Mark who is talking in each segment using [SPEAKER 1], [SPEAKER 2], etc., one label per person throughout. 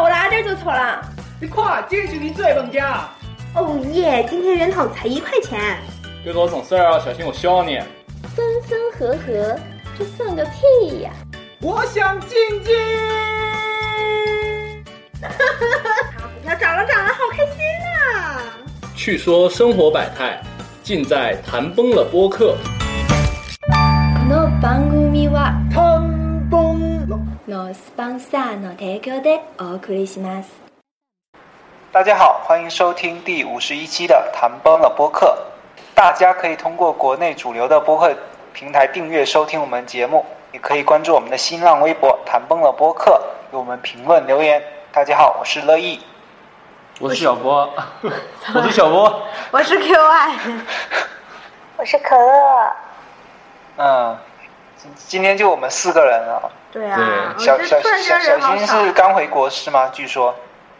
[SPEAKER 1] 巧啦！
[SPEAKER 2] 你快，这是你最本家。
[SPEAKER 3] 哦耶！今天人头才一块钱。
[SPEAKER 4] 别给我整事儿啊，小心我削你！
[SPEAKER 5] 分分合合，这算个屁呀、
[SPEAKER 2] 我想静静。
[SPEAKER 3] 好，股票涨了涨了，好开心啊呐、
[SPEAKER 4] 去说生活百态，尽在谈崩了播客。
[SPEAKER 5] この番組は
[SPEAKER 2] 谈崩了。
[SPEAKER 5] のスポンサーの提供でお送りします。
[SPEAKER 6] 大家好，欢迎收听第五十一期的《谈崩了》播客。大家可以通过国内主流的播客平台订阅收听我们节目，也可以关注我们的新浪微博“谈崩了播客”，给我们评论留言。大家好，我是乐意。
[SPEAKER 4] 我是小 波，我是小波。
[SPEAKER 3] 我是 QY，
[SPEAKER 7] 我是可乐，
[SPEAKER 6] 嗯，今今天就我们四个人了。
[SPEAKER 3] 对啊，我
[SPEAKER 6] 小
[SPEAKER 3] 这
[SPEAKER 6] 小
[SPEAKER 3] 突然
[SPEAKER 6] 小
[SPEAKER 3] 间人好
[SPEAKER 6] 小新是
[SPEAKER 3] 少，
[SPEAKER 6] 刚回国是吗？据说，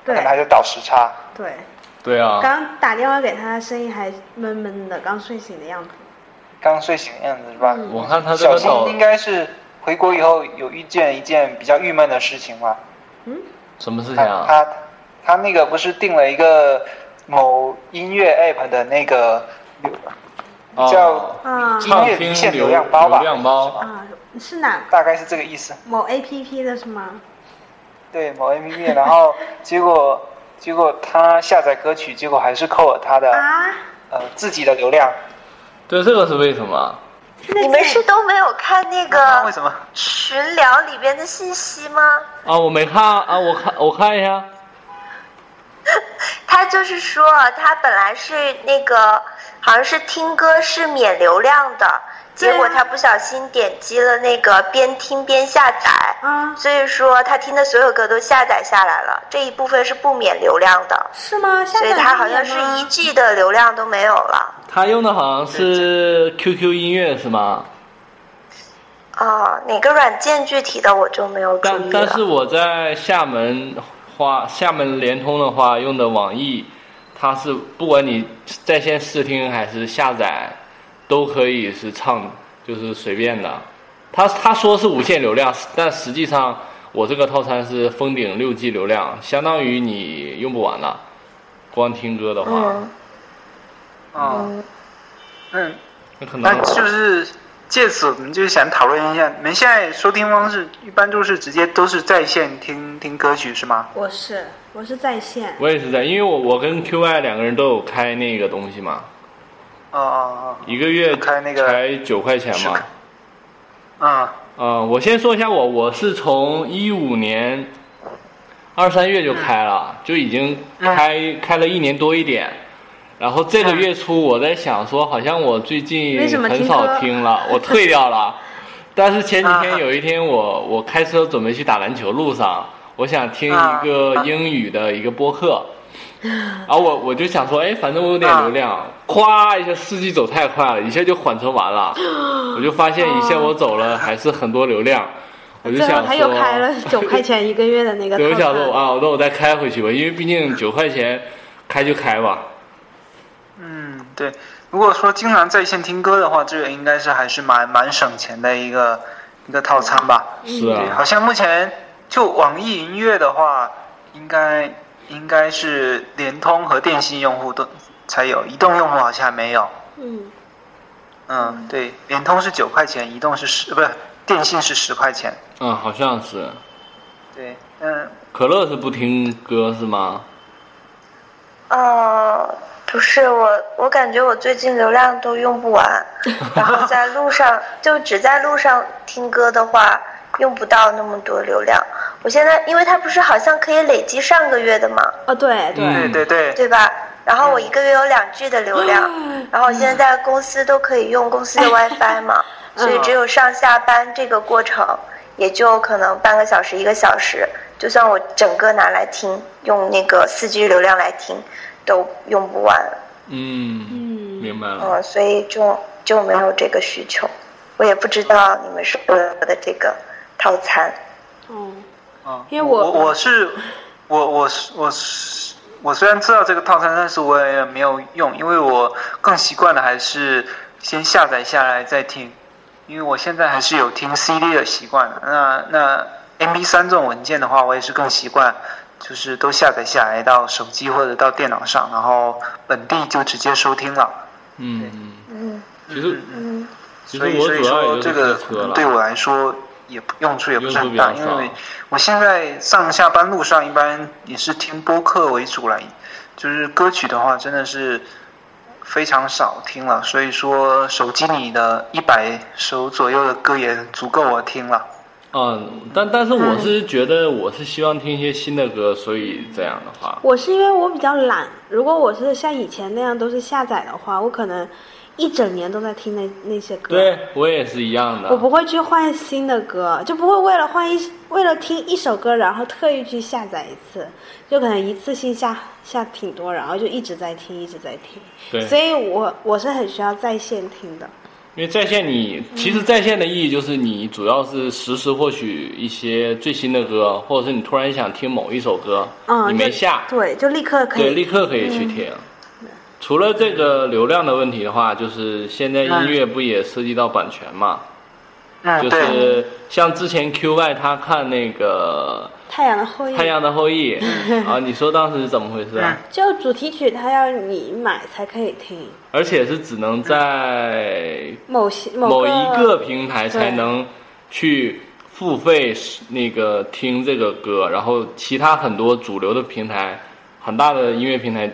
[SPEAKER 6] 可能还在
[SPEAKER 3] 对
[SPEAKER 6] 倒时差。
[SPEAKER 3] 对，
[SPEAKER 4] 对啊，
[SPEAKER 3] 刚打电话给他，声音还闷闷的，刚睡醒的样子。
[SPEAKER 6] 刚睡醒的样子是吧？
[SPEAKER 4] 我看嗯他这
[SPEAKER 6] 小
[SPEAKER 4] 个
[SPEAKER 6] 新
[SPEAKER 4] 倒
[SPEAKER 6] 应该是回国以后有遇见一件比较郁闷的事情吧？
[SPEAKER 4] 什么事情
[SPEAKER 6] 他
[SPEAKER 4] 啊？
[SPEAKER 6] 他他那个不是定了一个某音乐 app 的那个
[SPEAKER 4] 哦
[SPEAKER 6] 叫
[SPEAKER 3] 啊
[SPEAKER 6] 音乐离线流量包吧？
[SPEAKER 4] 流量包
[SPEAKER 6] 是吧
[SPEAKER 3] 啊，是哪
[SPEAKER 6] 大概是这个意思。
[SPEAKER 3] 某 APP 的是吗？
[SPEAKER 6] 对，某 app，然后结果结果他下载歌曲，结果还是扣了他的、
[SPEAKER 3] 啊，
[SPEAKER 6] 呃自己的流量。
[SPEAKER 4] 对，这个是为什么？啊
[SPEAKER 7] 你们是都没有看那
[SPEAKER 6] 那啊为
[SPEAKER 7] 个
[SPEAKER 6] 什么？
[SPEAKER 7] 群聊里边的信息吗？
[SPEAKER 4] 啊，我没看啊，我看我看一下。
[SPEAKER 7] 他就是说，他本来是那个好像是听歌是免流量的，
[SPEAKER 3] 啊
[SPEAKER 7] 结果他不小心点击了那个边听边下载，
[SPEAKER 3] 啊
[SPEAKER 7] 所以说他听的所有歌都下载下来了，这一部分是不免流量的，
[SPEAKER 3] 是吗？下
[SPEAKER 7] 所以
[SPEAKER 3] 载
[SPEAKER 7] 他
[SPEAKER 3] 他
[SPEAKER 7] 好像是一 G 的流量都没有了。
[SPEAKER 4] 他用的好像是 QQ 音乐是吗？
[SPEAKER 7] 哦，哪个软件具体的我就没有注
[SPEAKER 6] 啊
[SPEAKER 4] 但
[SPEAKER 7] 意
[SPEAKER 4] 但是
[SPEAKER 7] 了。
[SPEAKER 4] 我在厦门话，厦门联通的话用的网易，它是不管你在线试听还是下载，都可以是唱，就是随便的。他他说是无限流量，但实际上我这个套餐是封顶六 G 流量，相当于你用不完了。光听歌的话，
[SPEAKER 7] 嗯，
[SPEAKER 6] 嗯嗯，
[SPEAKER 4] 那可
[SPEAKER 6] 那
[SPEAKER 4] 能
[SPEAKER 6] 就是借此我们就是想讨论一下，你们现在收听方式一般都是直接都是在线听听歌曲是吗？
[SPEAKER 3] 我是我是在线，
[SPEAKER 4] 我也是在，因为我我跟 QY 两个人都有开那个东西嘛，
[SPEAKER 6] 哦哦哦，
[SPEAKER 4] 一个月
[SPEAKER 6] 开那个
[SPEAKER 4] 才九块钱
[SPEAKER 6] 是
[SPEAKER 4] 嘛
[SPEAKER 6] 的。嗯。
[SPEAKER 4] 嗯，我先说一下我，我是从一五年二三月就开
[SPEAKER 3] 嗯
[SPEAKER 4] 了，就已经开、开了一年多一点。然后这个月初，我在想说，好像我最近
[SPEAKER 3] 为什么
[SPEAKER 4] 很
[SPEAKER 3] 听
[SPEAKER 4] 少
[SPEAKER 3] 歌
[SPEAKER 4] 听了，我退掉 了。但是前几天
[SPEAKER 6] 啊
[SPEAKER 4] 有一天我，我开车准备去打篮球路上，我想听一个
[SPEAKER 6] 啊
[SPEAKER 4] 英语的一个播 客，然后我我就想说，哎，反正我有点
[SPEAKER 6] 啊
[SPEAKER 4] 流量，咵一下，司机走太快了，一下就缓存完了，我就发现一下我走了还是很多流量，我就
[SPEAKER 3] 哦最后
[SPEAKER 4] 想
[SPEAKER 3] 他又开了
[SPEAKER 4] 说，
[SPEAKER 3] 九块钱一个月 的那个
[SPEAKER 4] 对，我
[SPEAKER 3] 套
[SPEAKER 4] 想说
[SPEAKER 3] 餐。
[SPEAKER 4] 啊，那我再开回去吧，因为毕竟九块钱开就开吧，
[SPEAKER 6] 嗯，对。如果说经常在线听歌的话，这个应该是还是蛮蛮省钱的一个一个套餐吧。
[SPEAKER 4] 是
[SPEAKER 6] 对，好
[SPEAKER 4] 啊，
[SPEAKER 6] 像目前就网易云音乐的话，应该应该是联通和电信用户都才有，移动用户好像还没有。
[SPEAKER 3] 嗯，
[SPEAKER 6] 嗯，对，联通是九块钱，移动是十，不是电信是十块钱。
[SPEAKER 4] 嗯，好像是，
[SPEAKER 6] 对，嗯，
[SPEAKER 4] 可乐是不听歌是吗？
[SPEAKER 7] 呃，不是我，我感觉我最近流量都用不完，然后在路上就只在路上听歌的话，用不到那么多流量。我现在因为它不是好像可以累积上个月的嘛，
[SPEAKER 3] 哦对对，
[SPEAKER 4] 嗯
[SPEAKER 6] 对对对，
[SPEAKER 7] 对吧？然后我一个月有两 G 的流量，然后我现在在公司都可以用公司的 WiFi 嘛，所以只有上下班这个过程，也就可能半个小时一个小时，就算我整个拿来听，用那个四 G 流量来听，都用不完，
[SPEAKER 4] 嗯，
[SPEAKER 3] 嗯，
[SPEAKER 4] 明白了，
[SPEAKER 7] 嗯，所以就就没有这个需求。我也不知道你们说的这个套餐，
[SPEAKER 3] 哦，
[SPEAKER 6] 嗯，
[SPEAKER 3] 因为
[SPEAKER 6] 我
[SPEAKER 3] 我
[SPEAKER 6] 我是我我是我是我虽然知道这个套餐，但是我也没有用，因为我更习惯的还是先下载下来再听，因为我现在还是有听 CD 的习惯的。那那 MP3 这种文件的话，我也是更习惯就是都下载下来到手机或者到电脑上，然后本地就直接收听了。
[SPEAKER 4] 嗯，嗯
[SPEAKER 7] 嗯
[SPEAKER 4] 其实
[SPEAKER 7] 嗯，
[SPEAKER 4] 其实
[SPEAKER 6] 所以
[SPEAKER 4] 我
[SPEAKER 6] 所以
[SPEAKER 4] 主要
[SPEAKER 6] 说
[SPEAKER 4] 也
[SPEAKER 6] 这
[SPEAKER 4] 就是
[SPEAKER 6] 个嗯
[SPEAKER 4] 开车了，
[SPEAKER 6] 对我来说也不用处也不是很大，
[SPEAKER 4] 用处比较
[SPEAKER 6] 因
[SPEAKER 4] 少
[SPEAKER 6] 为我现在上下班路上一般也是听播客为主来，就是歌曲的话真的是非常少听了，所以说手机里的一百首左右的歌也足够我听了。
[SPEAKER 4] 嗯，但但是我是觉得我是希望听一些新的歌，所以这样的话，
[SPEAKER 3] 我是因为我比较懒，如果我是像以前那样都是下载的话，我可能一整年都在听那那些歌。
[SPEAKER 4] 对我也是一样的。
[SPEAKER 3] 我不会去换新的歌，就不会为了换一为了听一首歌，然后特意去下载一次，就可能一次性下下挺多，然后就一直在听，一直在听。
[SPEAKER 4] 对
[SPEAKER 3] 所以我我是很需要在线听的。
[SPEAKER 4] 因为在线你其实在线的意义就是你主要是实时获取一些最新的歌，或者是你突然想听某一首歌，
[SPEAKER 3] 嗯，
[SPEAKER 4] 你没
[SPEAKER 3] 就
[SPEAKER 4] 下，
[SPEAKER 3] 对，就立刻可
[SPEAKER 4] 对，立
[SPEAKER 3] 以。嗯
[SPEAKER 4] 刻可以去听。除了这个流量的问题的话，就是现在音乐不也涉及到版权嘛？
[SPEAKER 3] 啊
[SPEAKER 6] 嗯，
[SPEAKER 4] 就
[SPEAKER 6] 对。
[SPEAKER 4] 是像之前 QY 他看那个
[SPEAKER 3] 太阳的后
[SPEAKER 4] 《
[SPEAKER 3] 裔，
[SPEAKER 4] 太阳的后 裔》啊，你说当时是怎么回事啊？
[SPEAKER 3] 就主题曲，它要你买才可以听，
[SPEAKER 4] 而且是只能在
[SPEAKER 3] 某些某
[SPEAKER 4] 某
[SPEAKER 3] 个
[SPEAKER 4] 一个平台才
[SPEAKER 3] 对
[SPEAKER 4] 能去付费那个听这个歌，然后其他很多主流的平台，很大的音乐平台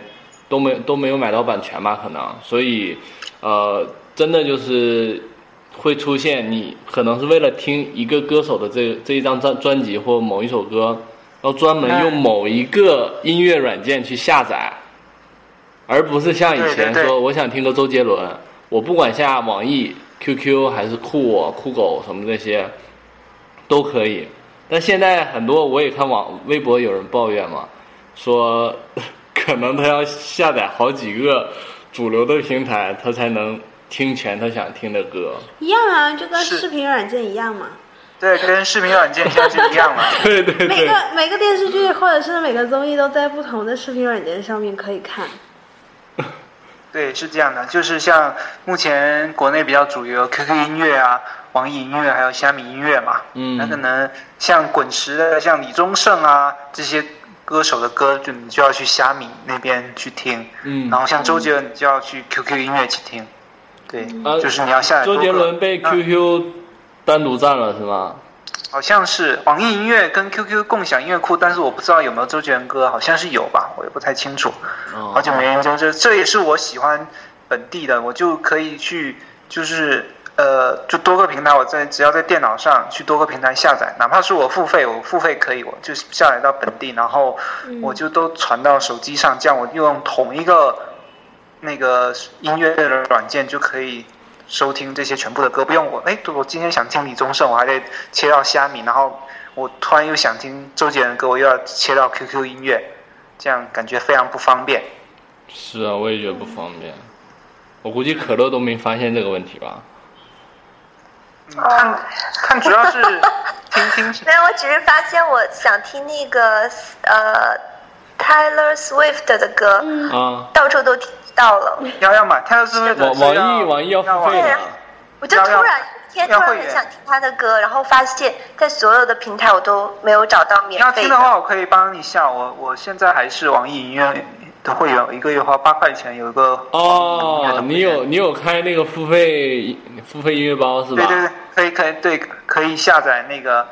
[SPEAKER 4] 都没都没有买到版权吧？可能，所以呃，真的就是会出现你可能是为了听一个歌手的这这一张专专辑或某一首歌，要专门
[SPEAKER 6] 嗯
[SPEAKER 4] 用某一个音乐软件去下载，而不是像以前
[SPEAKER 6] 对对
[SPEAKER 4] 说
[SPEAKER 6] 对
[SPEAKER 4] 我想听个周杰伦，我不管下网易、QQ 还是酷我、酷狗什么这些都可以。但现在很多我也看网微博有人抱怨嘛，说可能他要下载好几个主流的平台，他才能听全他想听的歌。
[SPEAKER 3] 一样啊，就跟
[SPEAKER 6] 是
[SPEAKER 3] 视频软件一样嘛。
[SPEAKER 6] 对，跟视频软件现在是一样了。
[SPEAKER 4] 对对对，
[SPEAKER 3] 每个每个电视剧或者是每个综艺都在不同的视频软件上面可以看。
[SPEAKER 6] 对，是这样的，就是像目前国内比较主流 QQ 音乐啊、网易音乐还有虾米音乐嘛，
[SPEAKER 4] 嗯
[SPEAKER 6] 那可能像滚石的，像李宗盛啊这些歌手的歌，就你就要去虾米那边去听，
[SPEAKER 4] 嗯
[SPEAKER 6] 然后像周杰伦，你就要去 QQ 音乐去听，对，
[SPEAKER 4] 呃
[SPEAKER 6] 就是你要下载多
[SPEAKER 4] 周
[SPEAKER 6] 个。
[SPEAKER 4] 杰伦被
[SPEAKER 6] 哎那
[SPEAKER 4] QQ 单独占了是吗？
[SPEAKER 6] 好像是网易音乐跟 QQ 共享音乐库，但是我不知道有没有周杰伦歌，好像是有吧，我也不太清楚。
[SPEAKER 4] 哦
[SPEAKER 6] 好久没研究这，这也是我喜欢本地的，我就可以去，就是呃，就多个平台，我在只要在电脑上去多个平台下载，哪怕是我付费，我付费可以，我就下载到本地，然后我就都传到手机上，这样我用同一个那个音乐的软件就可以。收听这些全部的歌，不用我哎，我今天想听李宗盛，我还得切到虾米，然后我突然又想听周杰伦的歌，我又要切到 QQ 音乐，这样感觉非常不方便。
[SPEAKER 4] 是啊，我也觉得不方便。我估计可乐都没发现这个问题吧？
[SPEAKER 7] 哦
[SPEAKER 6] 看，看 主要是听听
[SPEAKER 7] 没有，我只是发现我想听那个呃 Taylor Swift 的歌，
[SPEAKER 4] 啊，
[SPEAKER 7] 到处都听到了。
[SPEAKER 6] 要要买，他要是会
[SPEAKER 4] 网网易网易要付费
[SPEAKER 7] 对
[SPEAKER 4] 的
[SPEAKER 7] 啊，我就突然有一天突然很想听他的歌，然后发现，在所有的平台我都没有找到
[SPEAKER 6] 你
[SPEAKER 7] 免
[SPEAKER 6] 要
[SPEAKER 7] 费
[SPEAKER 6] 听的话，我可以帮你下。我我现在还是网易音乐的会员，一个月花八块钱，有一个
[SPEAKER 4] 哦，你有你有开那个付费付费音乐包是吧？
[SPEAKER 6] 对对对，可以可以对可以下载那个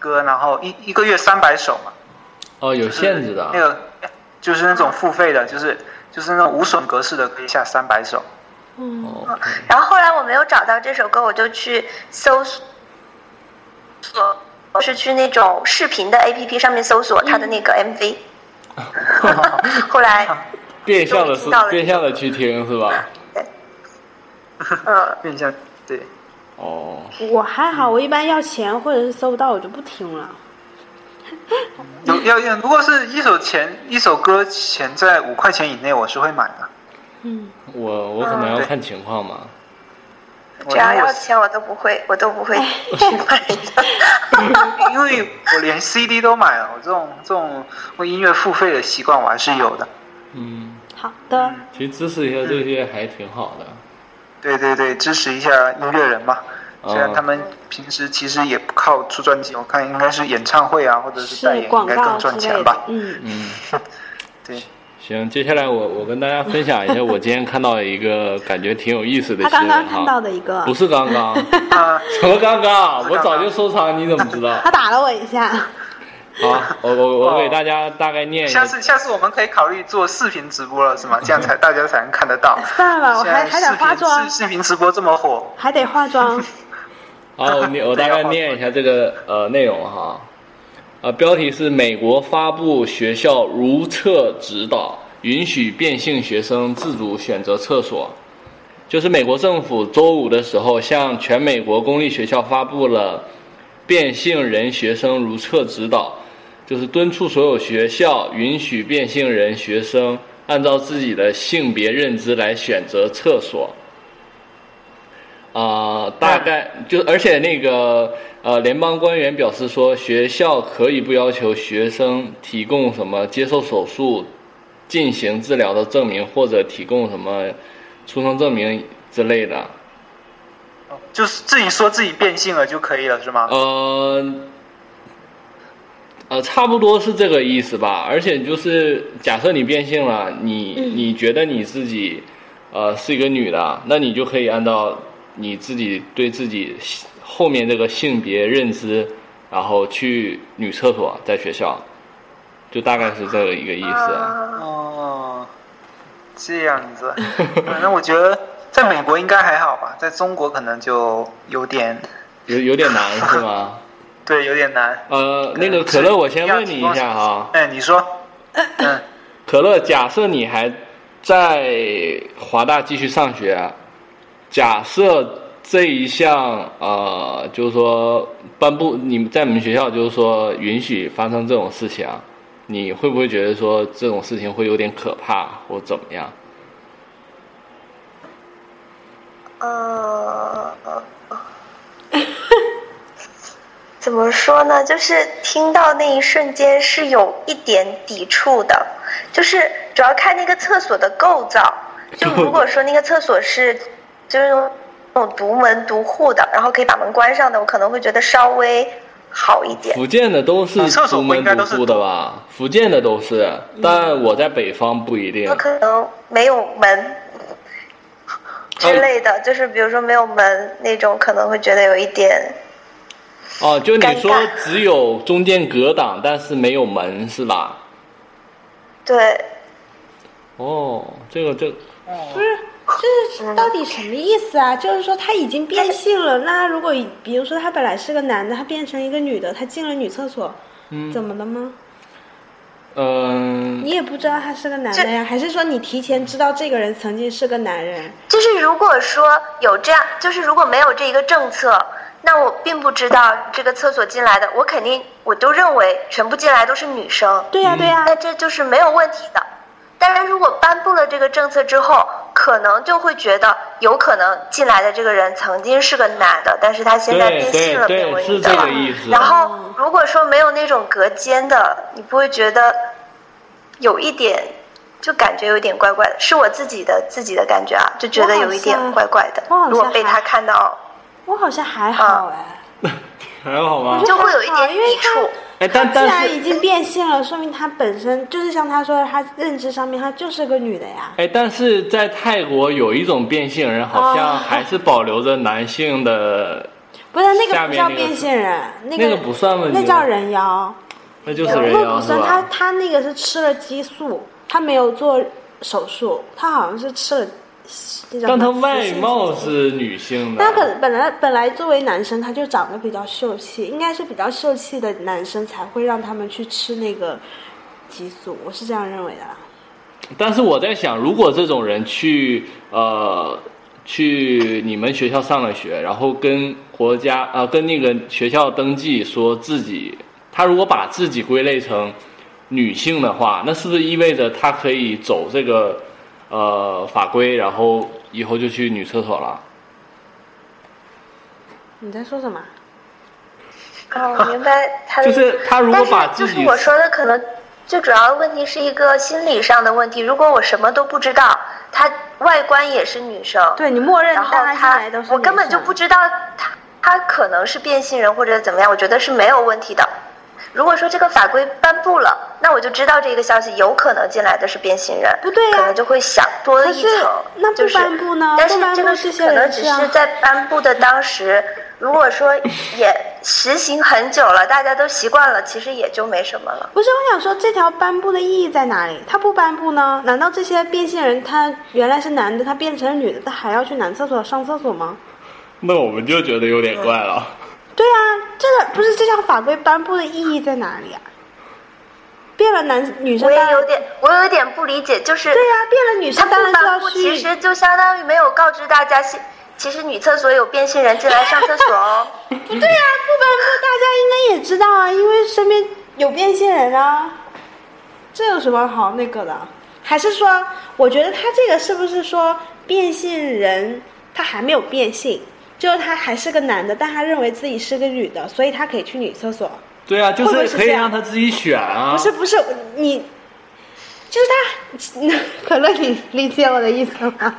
[SPEAKER 6] 歌，然后一一个月三百首嘛，
[SPEAKER 4] 哦，有限制
[SPEAKER 6] 那
[SPEAKER 4] 的。
[SPEAKER 6] 个就是那种付费的，就是就是那种无损格式的，可以下三百 首。
[SPEAKER 4] 哦，
[SPEAKER 6] 嗯
[SPEAKER 7] 然后后来我没有找到这首歌，我就去搜索，我是去那种视频的 APP 上面搜索他的那个
[SPEAKER 6] 嗯
[SPEAKER 7] MV。后来，
[SPEAKER 4] 变相的是
[SPEAKER 7] 终于听到了
[SPEAKER 4] 变相的去听是吧？
[SPEAKER 7] 嗯，
[SPEAKER 6] 变相对，
[SPEAKER 4] 哦，
[SPEAKER 3] 我还
[SPEAKER 6] 嗯
[SPEAKER 3] 好，我一般要钱或者是搜不到我就不听了。
[SPEAKER 6] 有要要，如果是一首钱一首歌钱在五块钱以内，我是会买的。
[SPEAKER 3] 嗯，
[SPEAKER 4] 我我可能要
[SPEAKER 6] 对
[SPEAKER 4] 看情况吧。
[SPEAKER 6] 我哎
[SPEAKER 7] 只要
[SPEAKER 6] 因为我
[SPEAKER 7] 要钱我都不会，我都不会去买 的。
[SPEAKER 6] 因为我连 CD 都买了，我这种这种为音乐付费的习惯我还是有的。
[SPEAKER 4] 嗯，
[SPEAKER 3] 好的，
[SPEAKER 4] 其实支持一下这些还挺好的。
[SPEAKER 6] 对对对，支持一下音乐人嘛。虽然他们平时其实也不靠出专辑，我看应该是演唱会啊，或者代
[SPEAKER 3] 是
[SPEAKER 6] 言应
[SPEAKER 3] 广
[SPEAKER 6] 该
[SPEAKER 3] 告
[SPEAKER 6] 更
[SPEAKER 3] 之
[SPEAKER 6] 赚
[SPEAKER 3] 类
[SPEAKER 6] 钱
[SPEAKER 3] 的
[SPEAKER 6] 吧，。
[SPEAKER 3] 嗯，
[SPEAKER 4] 嗯，
[SPEAKER 6] 对，
[SPEAKER 4] 行，接下来我我跟大家分享一下我今天看到一个感觉挺有意思的
[SPEAKER 3] 他
[SPEAKER 4] 新
[SPEAKER 3] 刚
[SPEAKER 4] 闻哈。
[SPEAKER 3] 刚看到的一个，
[SPEAKER 4] 啊不是刚 刚，
[SPEAKER 6] 啊，
[SPEAKER 4] 什么刚刚？
[SPEAKER 6] 不是刚刚
[SPEAKER 4] 我早就收藏，你怎么知道？
[SPEAKER 3] 他打了我 一下。
[SPEAKER 4] 好，我我我给大家大概 念一下
[SPEAKER 6] 下。次下次我们可以考虑做视频直播了，是吗？这样才大家才能看得到。
[SPEAKER 3] 算了，我哦还还
[SPEAKER 6] 现
[SPEAKER 3] 得啊
[SPEAKER 6] 在
[SPEAKER 3] 化
[SPEAKER 6] 视频
[SPEAKER 3] 妆
[SPEAKER 6] 视，视频直播这么火，
[SPEAKER 3] 还得 化妆。
[SPEAKER 4] 好，我念我大概念一下这个呃内容哈，呃，标题是美国发布学校如厕指导，允许变性学生自主选择厕所。就是美国政府周五的时候，向全美国公立学校发布了变性人学生如厕指导，就是敦促所有学校允许变性人学生按照自己的性别认知来选择厕所。啊、大概就而且那个呃，联邦官员表示说，学校可以不要求学生提供什么接受手术、进行治疗的证明，或者提供什么出生证明之类的。
[SPEAKER 6] 就是自己说自己变性了就可以了，是吗？
[SPEAKER 4] 呃，呃，差不多是这个意思吧。而且就是，假设你变性了，你、你觉得你自己呃是一个女的，那你就可以按照你自己对自己性后面这个性别认知，然后去女厕所，在学校，就大概是这个一个意思。啊
[SPEAKER 6] 啊
[SPEAKER 7] 啊
[SPEAKER 6] 哦，这样 子，反正我觉得在美国应该还好吧，在中国可能就有点，
[SPEAKER 4] 有有点难是吗？
[SPEAKER 6] 对，有点难。
[SPEAKER 4] 呃，那个可乐，我先问你一下哈。
[SPEAKER 6] 哎，你说， 嗯，
[SPEAKER 4] 可乐，假设你还在华大继续上学，啊假设这一项呃，就是说颁布你们在你们学校就是说允许发生这种事情，啊你会不会觉得说这种事情会有点可怕或怎么样？
[SPEAKER 7] 呃，怎么说呢？就是听到那一瞬间是有一点抵触的，就是主要看那个厕所的构造。就如果说那个厕所是就是那种独门独户的，然后可以把门关上的，我可能会觉得稍微好一点。
[SPEAKER 4] 福建的都是
[SPEAKER 6] 啊厕
[SPEAKER 4] 独
[SPEAKER 6] 所不
[SPEAKER 4] 门
[SPEAKER 6] 应该
[SPEAKER 4] 独
[SPEAKER 6] 都是嗯
[SPEAKER 4] 户的吧？福建的都是，但我在北方不一定
[SPEAKER 7] 我。可能没有门之类的，就是比如说没有门那种，可能会觉得有一点。
[SPEAKER 4] 哦，就你
[SPEAKER 7] 尴
[SPEAKER 4] 说
[SPEAKER 7] 尬
[SPEAKER 4] 只有中间隔挡，但是没有门是吧？
[SPEAKER 7] 对，
[SPEAKER 4] 哦，这个这个。
[SPEAKER 3] 不是，这是到底什么意思啊？就是说他已经变性 了，那如果比如说他本来是个男的，他变成一个女的，他进了女厕所，
[SPEAKER 4] 嗯
[SPEAKER 3] 怎么了吗？
[SPEAKER 4] 嗯
[SPEAKER 3] 你，也不知道他是个男的
[SPEAKER 6] 嗯
[SPEAKER 3] 呀，还是说你提前知道这个人曾经是个男人？
[SPEAKER 7] 就是如果说有这样，就是如果没有这一个政策，那我并不知道这个厕所进来的，我肯定我都认为全部进来都是女生，
[SPEAKER 3] 对呀、对呀、
[SPEAKER 7] 那这就是没有问题的。但是如果颁布了这个政策之后，可能就会觉得有可能进来的这个人曾经是个男的，但是他现在
[SPEAKER 4] 对
[SPEAKER 7] 变
[SPEAKER 4] 对
[SPEAKER 7] 性了，
[SPEAKER 4] 对
[SPEAKER 7] 变为
[SPEAKER 4] 是
[SPEAKER 7] 女的
[SPEAKER 4] 这
[SPEAKER 7] 了
[SPEAKER 4] 个意思
[SPEAKER 7] 然后如果说没有那种隔间的，你不会觉得有一点，就感觉有点怪怪的，是我自己的自己的感觉啊，就觉得有一点
[SPEAKER 3] 我好像
[SPEAKER 7] 怪怪的
[SPEAKER 3] 我好。像
[SPEAKER 7] 如果被他看到，
[SPEAKER 3] 我好像还
[SPEAKER 6] 啊
[SPEAKER 3] 好哎，
[SPEAKER 4] 还好吗
[SPEAKER 3] 我觉？得
[SPEAKER 7] 就会有一
[SPEAKER 3] 还好
[SPEAKER 7] 点
[SPEAKER 3] 因为
[SPEAKER 7] 抵
[SPEAKER 3] 他
[SPEAKER 7] 触
[SPEAKER 4] 哎，但
[SPEAKER 3] 既
[SPEAKER 4] 但
[SPEAKER 3] 然
[SPEAKER 4] 是，
[SPEAKER 3] 已经变性了，说明他本身就是像他说，的，他认知上面他就是个女的呀。
[SPEAKER 4] 哎，但是在泰国有一种变性人，好像
[SPEAKER 3] 哦
[SPEAKER 4] 还是保留着男性的，
[SPEAKER 3] 不是那
[SPEAKER 4] 下
[SPEAKER 3] 个不
[SPEAKER 4] 面
[SPEAKER 3] 叫
[SPEAKER 4] 那个
[SPEAKER 3] 变
[SPEAKER 4] 是
[SPEAKER 3] 性人，那
[SPEAKER 4] 那个不算吗你
[SPEAKER 3] 那
[SPEAKER 4] 觉
[SPEAKER 3] 叫
[SPEAKER 4] 得
[SPEAKER 3] 人妖。
[SPEAKER 4] 那就是人
[SPEAKER 3] 不
[SPEAKER 4] 妖
[SPEAKER 3] 是
[SPEAKER 4] 是
[SPEAKER 3] 他
[SPEAKER 4] 吧？
[SPEAKER 3] 他那个是吃了激素，他没有做手术，他好像是吃了那种。
[SPEAKER 4] 但他外貌，是女性的
[SPEAKER 3] 那，可本来本来作为男生他就长得比较秀气，应该是比较秀气的男生才会让他们去吃那个激素，我是这样认为的啦。
[SPEAKER 4] 但是我在想，如果这种人去呃去你们学校上了学，然后跟国家呃跟那个学校登记说自己，他如果把自己归类成女性的话，那是不是意味着他可以走这个呃法规，然后以后就去女厕所了？
[SPEAKER 3] 你在说什么？
[SPEAKER 7] 哦，我明 白他的
[SPEAKER 4] 就
[SPEAKER 7] 意思。
[SPEAKER 4] 是他如果把
[SPEAKER 7] 但是
[SPEAKER 4] 自
[SPEAKER 7] 就
[SPEAKER 4] 己
[SPEAKER 7] 是我说的，可能最主要的问题是一个心理上的问题。如果我什么都不知道，他外观也是女生，
[SPEAKER 3] 对你默认
[SPEAKER 7] 然后
[SPEAKER 3] 大家
[SPEAKER 7] 他
[SPEAKER 3] 下来都是
[SPEAKER 7] 我根本
[SPEAKER 3] 女
[SPEAKER 7] 就
[SPEAKER 3] 生
[SPEAKER 7] 不知道他他可能是变性人或者怎么样，我觉得是没有问题的。如果说这个法规颁布了，那我就知道这个消息有可能进来的是变性人，
[SPEAKER 3] 不对呀
[SPEAKER 7] 可能就会想多
[SPEAKER 3] 可
[SPEAKER 7] 一
[SPEAKER 3] 是
[SPEAKER 7] 层。
[SPEAKER 3] 那不
[SPEAKER 7] 就是
[SPEAKER 3] 颁布呢
[SPEAKER 7] 但
[SPEAKER 3] 不
[SPEAKER 7] 是
[SPEAKER 3] 颁
[SPEAKER 7] 这
[SPEAKER 3] 布
[SPEAKER 7] 个
[SPEAKER 3] 这
[SPEAKER 7] 是
[SPEAKER 3] 些
[SPEAKER 7] 可
[SPEAKER 3] 人
[SPEAKER 7] 能只
[SPEAKER 3] 这样
[SPEAKER 7] 是在颁布的当时，如果说也实行很久了，大家都习惯了，其实也就没什么了。
[SPEAKER 3] 不是，我想说这条颁布的意义在哪里？他不颁布呢？难道这些变性人他原来是男的，他变成了女的，他还要去男厕所上厕所吗？
[SPEAKER 4] 那我们就觉得有点怪了。
[SPEAKER 3] 对啊，这个不是这项法规颁布的意义在哪里啊？变了男女生
[SPEAKER 7] 我
[SPEAKER 3] 当然
[SPEAKER 7] 也有点，我有点不理解，就是
[SPEAKER 3] 对呀、啊变了女
[SPEAKER 7] 他
[SPEAKER 3] 生
[SPEAKER 7] 不
[SPEAKER 3] 当然就
[SPEAKER 7] 颁
[SPEAKER 3] 要
[SPEAKER 7] 布，
[SPEAKER 3] 去。
[SPEAKER 7] 其实就相当于没有告知大家，其其实女厕所有变性人进来上厕所 哦。
[SPEAKER 3] 不对呀、不颁布大家应该也知道啊，因为身边有变性人啊，这有什么好那个的？还是说，我觉得他这个是不是说变性人他还没有变性，就是他还是个男的，但他认为自己是个女的，所以他可以去女厕所。
[SPEAKER 4] 对啊，就
[SPEAKER 3] 会不会
[SPEAKER 4] 是
[SPEAKER 3] 是
[SPEAKER 4] 可以
[SPEAKER 3] 这样
[SPEAKER 4] 让他自己选啊。
[SPEAKER 3] 不是不是你，就是他， 可乐，你理解我的意思吗？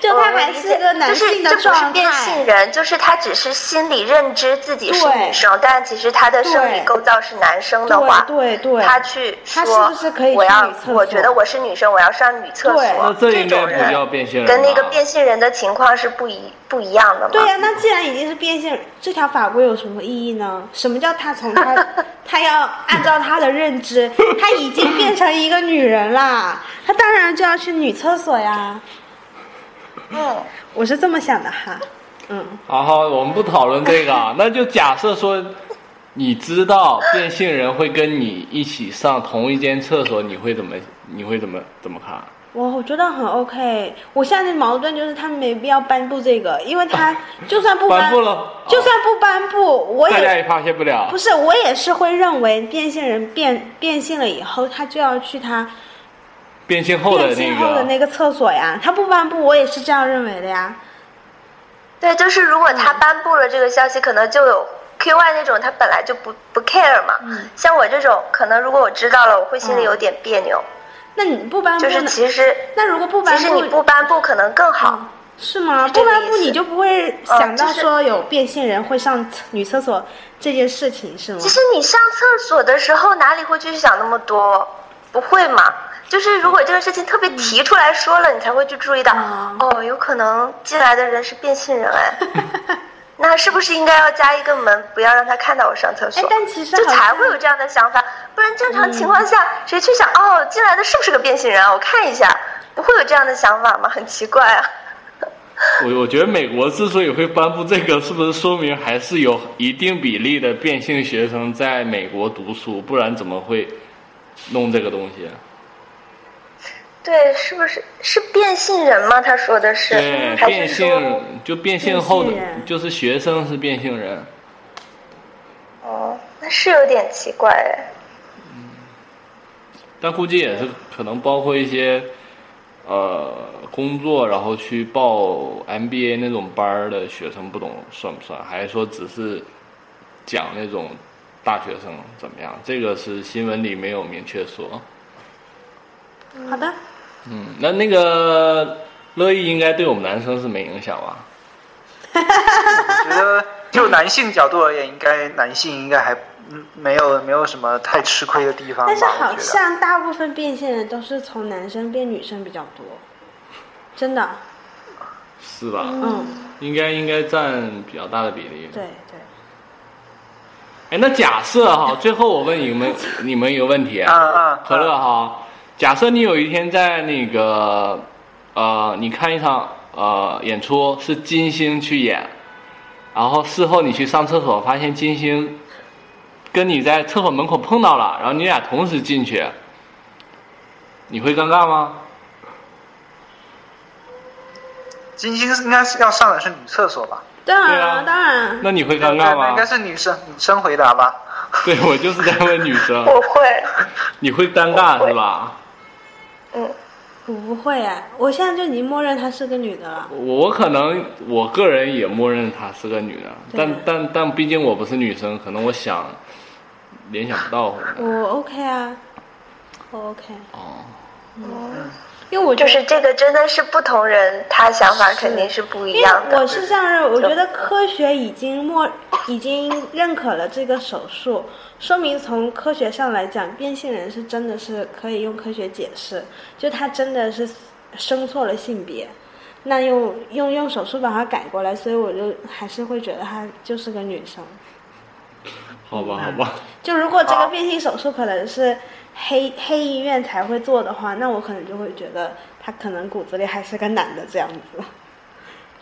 [SPEAKER 3] 就他还是个男性的
[SPEAKER 7] 就是这
[SPEAKER 3] 状
[SPEAKER 7] 不是变性
[SPEAKER 3] 态，
[SPEAKER 7] 人，就是他只是心理认知自己是
[SPEAKER 3] 对
[SPEAKER 7] 女生，但其实他的生理
[SPEAKER 3] 对
[SPEAKER 7] 构造是男生的话，
[SPEAKER 3] 对对对
[SPEAKER 7] 他去
[SPEAKER 3] 他
[SPEAKER 7] 说
[SPEAKER 3] 是不是可以去
[SPEAKER 7] 我要
[SPEAKER 3] 女厕，所
[SPEAKER 7] 我觉得我是女生，我要上女厕所
[SPEAKER 3] 对，
[SPEAKER 4] 那这应该
[SPEAKER 7] 种
[SPEAKER 4] 不
[SPEAKER 7] 人
[SPEAKER 4] 叫变性人
[SPEAKER 7] 跟那个
[SPEAKER 4] 吧
[SPEAKER 7] 变性人的情况是不一不一样的嘛？
[SPEAKER 3] 对呀、那既然已经是变性人，这条法规有什么意义呢？什么叫他从他他要按照他的认知，他已经变成一个女人啦，他当然就要去女厕所呀。
[SPEAKER 7] 嗯，
[SPEAKER 3] 我是这么想的哈，嗯，
[SPEAKER 4] 然后啊我们不讨论这个 啊，那就假设说，你知道变性人会跟你一起上同一间厕所，你会怎么？你会怎么怎么看？
[SPEAKER 3] 我我觉得很 OK。我现在的矛盾就是他没必要颁布这个，因为他就算不
[SPEAKER 4] 颁
[SPEAKER 3] 颁
[SPEAKER 4] 布了
[SPEAKER 3] 就算不颁布，我
[SPEAKER 4] 大家
[SPEAKER 3] 也
[SPEAKER 4] 也发现不了啊
[SPEAKER 3] 不。是，我也是会认为变性人变变性了以后，他就要去他
[SPEAKER 4] 变性后的
[SPEAKER 3] 变
[SPEAKER 4] 那
[SPEAKER 3] 性后的
[SPEAKER 4] 个，啊
[SPEAKER 3] 那个厕所呀，他不颁布，我也是这样认为的呀。
[SPEAKER 7] 对，就是如果他颁布了这个消息，可能就有 QY 那种他本来就不不 care 嘛。
[SPEAKER 3] 嗯
[SPEAKER 7] 像我这种，可能如果我知道了，我会心里有点别扭。
[SPEAKER 3] 那你不颁布
[SPEAKER 7] 就
[SPEAKER 3] 呢，
[SPEAKER 7] 是其实
[SPEAKER 3] 那如果嗯不
[SPEAKER 7] 其
[SPEAKER 3] 颁布，嗯
[SPEAKER 7] 实你不颁布可能更好。
[SPEAKER 3] 是吗？
[SPEAKER 7] 是
[SPEAKER 3] 不
[SPEAKER 7] 这个
[SPEAKER 3] 颁布
[SPEAKER 7] 意思
[SPEAKER 3] 你就不会想到
[SPEAKER 7] 嗯就是
[SPEAKER 3] 说有变性人会上厕女厕所这件事情是吗？
[SPEAKER 7] 其实你上厕所的时候哪里会去想那么多？不会嘛？就是如果这个事情特别提出来说了，你才会去注意到，
[SPEAKER 3] 嗯
[SPEAKER 7] 哦，有可能进来的人是变性人哎， 那是不是应该要加一个门，不要让他看到我上厕所？
[SPEAKER 3] 哎但其实
[SPEAKER 7] 就
[SPEAKER 3] 好
[SPEAKER 7] 才
[SPEAKER 3] 像嗯
[SPEAKER 7] 会有这样的想法，不然正常情况下、谁去想哦，进来的是不是个变性人啊？我看一下，不会有这样的想法吗？很奇怪啊。
[SPEAKER 4] 我我觉得美国之所以会颁布这个，是不是说明还是有一定比例的变性学生在美国读书，不然怎么会弄这个东西？啊
[SPEAKER 7] 对，是不是是变性人吗？他说的是，
[SPEAKER 4] 对，
[SPEAKER 7] 还
[SPEAKER 4] 变
[SPEAKER 7] 是
[SPEAKER 4] 性
[SPEAKER 7] 说，
[SPEAKER 4] 就变性后的
[SPEAKER 3] 变性人
[SPEAKER 4] 就是学生是变性人。
[SPEAKER 7] 哦，那是有点奇怪哎。
[SPEAKER 4] 但估计也是可能包括一些呃工作，然后去报 MBA 那种班儿的学生，不懂算不算？还是说只是讲那种大学生怎么样？这个是新闻里没有明确说。
[SPEAKER 3] 好的，
[SPEAKER 4] 嗯，那那个乐意应该对我们男生是没影响吧？
[SPEAKER 6] 我觉得就男性角度而言，应该男性应该还嗯没有没有什么太吃亏的地方吧。
[SPEAKER 3] 但是
[SPEAKER 6] 我
[SPEAKER 3] 好
[SPEAKER 6] 觉得
[SPEAKER 3] 像大部分变性人都是从男生变女生比较多，真的，
[SPEAKER 4] 是吧？
[SPEAKER 3] 嗯，
[SPEAKER 4] 应该应该占比较大的比例。
[SPEAKER 3] 对对，
[SPEAKER 4] 哎，那假设哈，最后我问你们你们一个问题啊
[SPEAKER 6] 嗯嗯，
[SPEAKER 4] 可乐哈，假设你有一天在那个呃，你看一场呃演出是金星去演，然后事后你去上厕所发现金星跟你在厕所门口碰到了，然后你俩同时进去，你会尴尬吗？
[SPEAKER 6] 金星是应该是要上的是女厕所吧？
[SPEAKER 3] 当然
[SPEAKER 4] 对啊
[SPEAKER 3] 了当然，
[SPEAKER 4] 那你会尴
[SPEAKER 6] 那
[SPEAKER 4] 尬
[SPEAKER 6] 那应该
[SPEAKER 4] 吗？
[SPEAKER 6] 是女生女生回答吧？
[SPEAKER 4] 对我就是在问女 生，
[SPEAKER 7] 我会，
[SPEAKER 4] 你会尴尬是吧？
[SPEAKER 7] 嗯，
[SPEAKER 3] 我不会哎，我现在就已经默认她是个女的了，
[SPEAKER 4] 我可能我个人也默认她是个女的，
[SPEAKER 3] 对
[SPEAKER 4] 但但但毕竟我不是女生，可能我想联想不到。
[SPEAKER 3] 我 OK 啊，我 OK，
[SPEAKER 4] 哦，
[SPEAKER 3] 因为我觉
[SPEAKER 7] 就
[SPEAKER 3] 得
[SPEAKER 7] 是这个真的是不同人，他想法肯定是不一样
[SPEAKER 3] 因为
[SPEAKER 7] 的
[SPEAKER 3] 我。是这样认为，我觉得科学已经默已经认可了这个手术，说明从科学上来讲，变性人是真的是可以用科学解释，就他真的是生错了性别。那用用用手术把它改过来，所以我就还是会觉得她就是个女生。
[SPEAKER 4] 好吧，好吧，
[SPEAKER 3] 就如果这个
[SPEAKER 6] 好
[SPEAKER 3] 变性手术可能是黑黑医院才会做的话，那我可能就会觉得他可能骨子里还是个男的这样子。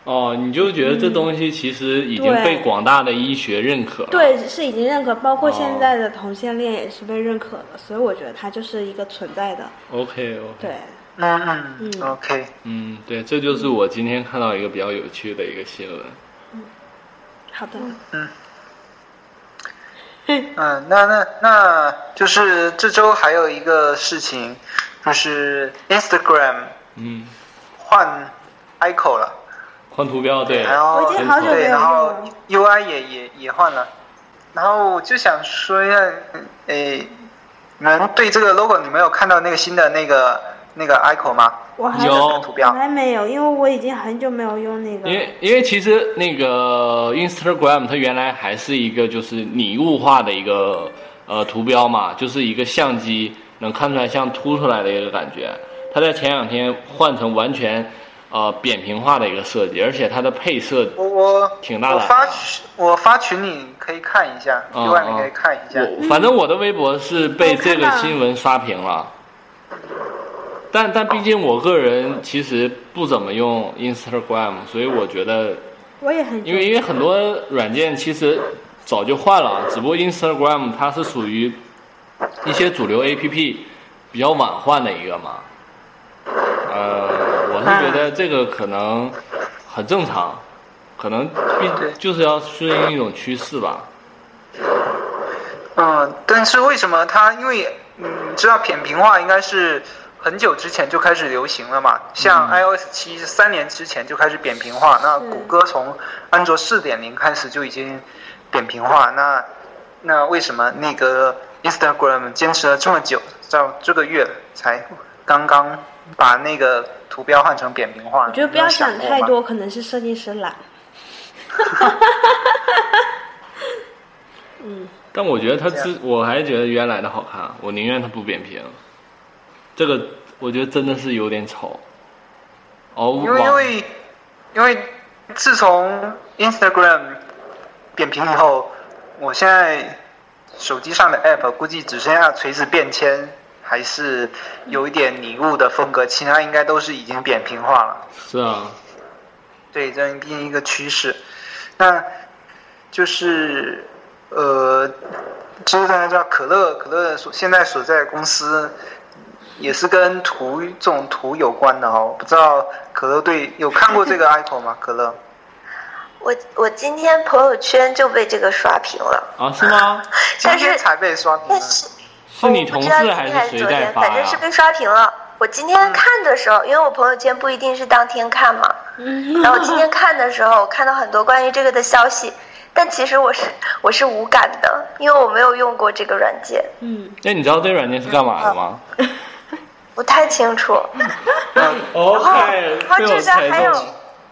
[SPEAKER 4] 哦，你就觉得这东西其实已经
[SPEAKER 3] 对
[SPEAKER 4] 被广大的医学认可了。
[SPEAKER 3] 对，是已经认可，包括
[SPEAKER 4] 哦
[SPEAKER 3] 现在的同性恋也是被认可的，所以我觉得它就是一个存在的。
[SPEAKER 4] ，OK OK。
[SPEAKER 3] 对，
[SPEAKER 6] 嗯
[SPEAKER 3] 嗯
[SPEAKER 6] 嗯，OK，
[SPEAKER 4] 嗯，对，这就是我今天看到一个比较有趣的一个新闻。
[SPEAKER 3] 好的，
[SPEAKER 6] 嗯，那那那就是这周还有一个事情，就是 Instagram
[SPEAKER 4] 嗯，
[SPEAKER 6] 换 icon 了，
[SPEAKER 4] 换图标对，
[SPEAKER 6] 然后
[SPEAKER 3] 我已经好久没有
[SPEAKER 6] 对，
[SPEAKER 3] 用
[SPEAKER 6] 然后
[SPEAKER 3] 了。
[SPEAKER 6] UI 也也也换了，然后我就想说一下，诶，你们对这个 logo 你们有看到那个新的那个那个 icon 吗？
[SPEAKER 3] 我还
[SPEAKER 4] 有
[SPEAKER 6] 那个图标
[SPEAKER 3] 我还没有，因为我已经很久没有用那个。
[SPEAKER 4] 因为因为其实那个 Instagram 它原来还是一个就是拟物化的一个呃图标嘛，就是一个相机能看出来像凸出来的一个感觉。它在前两天换成完全呃扁平化的一个设计，而且它的配色
[SPEAKER 6] 我我
[SPEAKER 4] 挺大的
[SPEAKER 6] 我发群我发群里可以看一下
[SPEAKER 4] 啊
[SPEAKER 6] ，UI 你可以看一下。
[SPEAKER 4] 我反正我的微博是被这个新闻刷屏了，但但毕竟我个人其实不怎么用 Instagram，所以我觉得，
[SPEAKER 3] 我也很久
[SPEAKER 4] 因为因为很多软件其实早就换了，啊只不过 Instagram 它是属于一些主流 APP 比较晚换的一个嘛。呃，我是觉
[SPEAKER 6] 啊
[SPEAKER 4] 得这个可能很正常，可能毕就是要顺应一种趋势吧。
[SPEAKER 6] 嗯，但是为什么它？因为嗯，知道扁平化应该是很久之前就开始流行了嘛，像
[SPEAKER 3] 嗯
[SPEAKER 6] iOS 七三年之前就开始扁平化，那谷歌从安卓四点零开始就已经扁平化，那那为什么那个 Instagram 坚持了这么久，到这个月才刚刚把那个图标换成扁平化呢？
[SPEAKER 3] 我觉得不
[SPEAKER 6] 你
[SPEAKER 3] 要
[SPEAKER 6] 有想
[SPEAKER 3] 想
[SPEAKER 6] 过
[SPEAKER 3] 太
[SPEAKER 6] 吗
[SPEAKER 3] 多，可能是设计师 懒。
[SPEAKER 4] 但我觉得它之，我还觉得原来的好看，啊我宁愿它不扁平。这个我觉得真的是有点丑。哦，
[SPEAKER 6] 因为
[SPEAKER 4] 网
[SPEAKER 6] 因为因为自从 Instagram 扁平以后，我现在手机上的 app 估计只剩下垂直便签，还是有一点拟物的风格，其他应该都是已经扁平化了。
[SPEAKER 4] 是啊，
[SPEAKER 6] 对，这样定一个趋势。那就是呃，其实大家知道可乐，可乐所现在所在的公司也是跟图这种图有关的哦。不知道可乐对有看过这个 icon 吗？可乐，
[SPEAKER 7] 我我今天朋友圈就被这个刷屏了，
[SPEAKER 4] 啊是吗？
[SPEAKER 6] 今
[SPEAKER 7] 但是
[SPEAKER 6] 天才被刷屏
[SPEAKER 7] 但
[SPEAKER 6] 了。
[SPEAKER 7] 是
[SPEAKER 4] 嗯是你同
[SPEAKER 7] 我不
[SPEAKER 4] 事
[SPEAKER 7] 知道今天
[SPEAKER 4] 还
[SPEAKER 7] 还
[SPEAKER 4] 是谁
[SPEAKER 7] 昨
[SPEAKER 4] 在
[SPEAKER 7] 天，
[SPEAKER 4] 发啊
[SPEAKER 7] 反正
[SPEAKER 4] 呀
[SPEAKER 7] 是、被刷屏了。我今天看的时候，因为我朋友圈不一定是当天看嘛，
[SPEAKER 3] 嗯
[SPEAKER 7] 然后我今天看的时候，我看到很多关于这个的消息，但其实我是我是无感的，因为我没有用过这个软件，
[SPEAKER 3] 嗯，
[SPEAKER 4] 那哎你知道这软件是干嘛的吗、
[SPEAKER 7] 不太清楚。
[SPEAKER 4] o
[SPEAKER 7] 嗯然后它这边还有，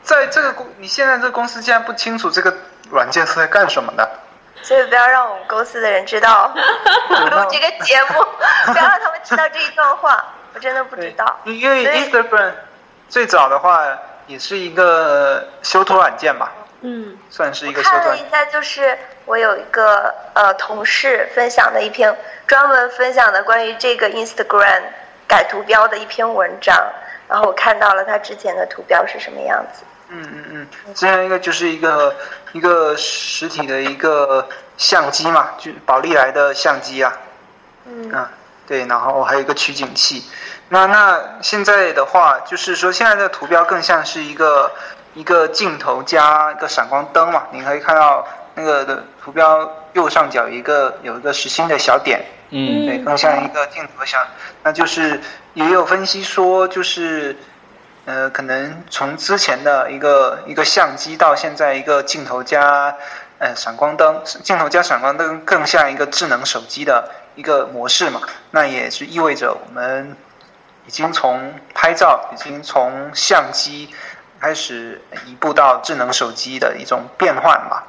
[SPEAKER 6] 在这个公，你现在这个公司竟然不清楚这个软件是在干什么的？
[SPEAKER 7] 所以不要让我们公司的人 知道我录这个节目，不要让他们知道这一段话，我真的不知道。
[SPEAKER 6] 因为
[SPEAKER 7] 所以
[SPEAKER 6] Instagram 最早的话也是一个修图软件吧，
[SPEAKER 3] 嗯，
[SPEAKER 6] 算是一个修图
[SPEAKER 7] 看
[SPEAKER 6] 软
[SPEAKER 7] 了
[SPEAKER 6] 件
[SPEAKER 7] 一。下，就是我有一个呃同事分享的一篇专门分享的关于这个 Instagram 改图标的一篇文章，然后我看到了他之前的图标是什么样子。
[SPEAKER 6] 嗯嗯嗯，这样一个就是一个一个实体的一个相机嘛，就宝丽来的相机啊，
[SPEAKER 7] 嗯，
[SPEAKER 6] 啊，对，然后还有一个取景器。那那现在的话，就是说现在的图标更像是一个一个镜头加一个闪光灯嘛，你可以看到那个的图标右上角有一个有一个实心的小点，
[SPEAKER 4] 嗯，
[SPEAKER 6] 对，更像一个镜头像，那就是也有分析说，就是呃，可能从之前的一个一个相机到现在一个镜头加呃闪光灯，镜头加闪光灯更像一个智能手机的一个模式嘛。那也是意味着我们已经从拍照，已经从相机开始移步到智能手机的一种变换吧。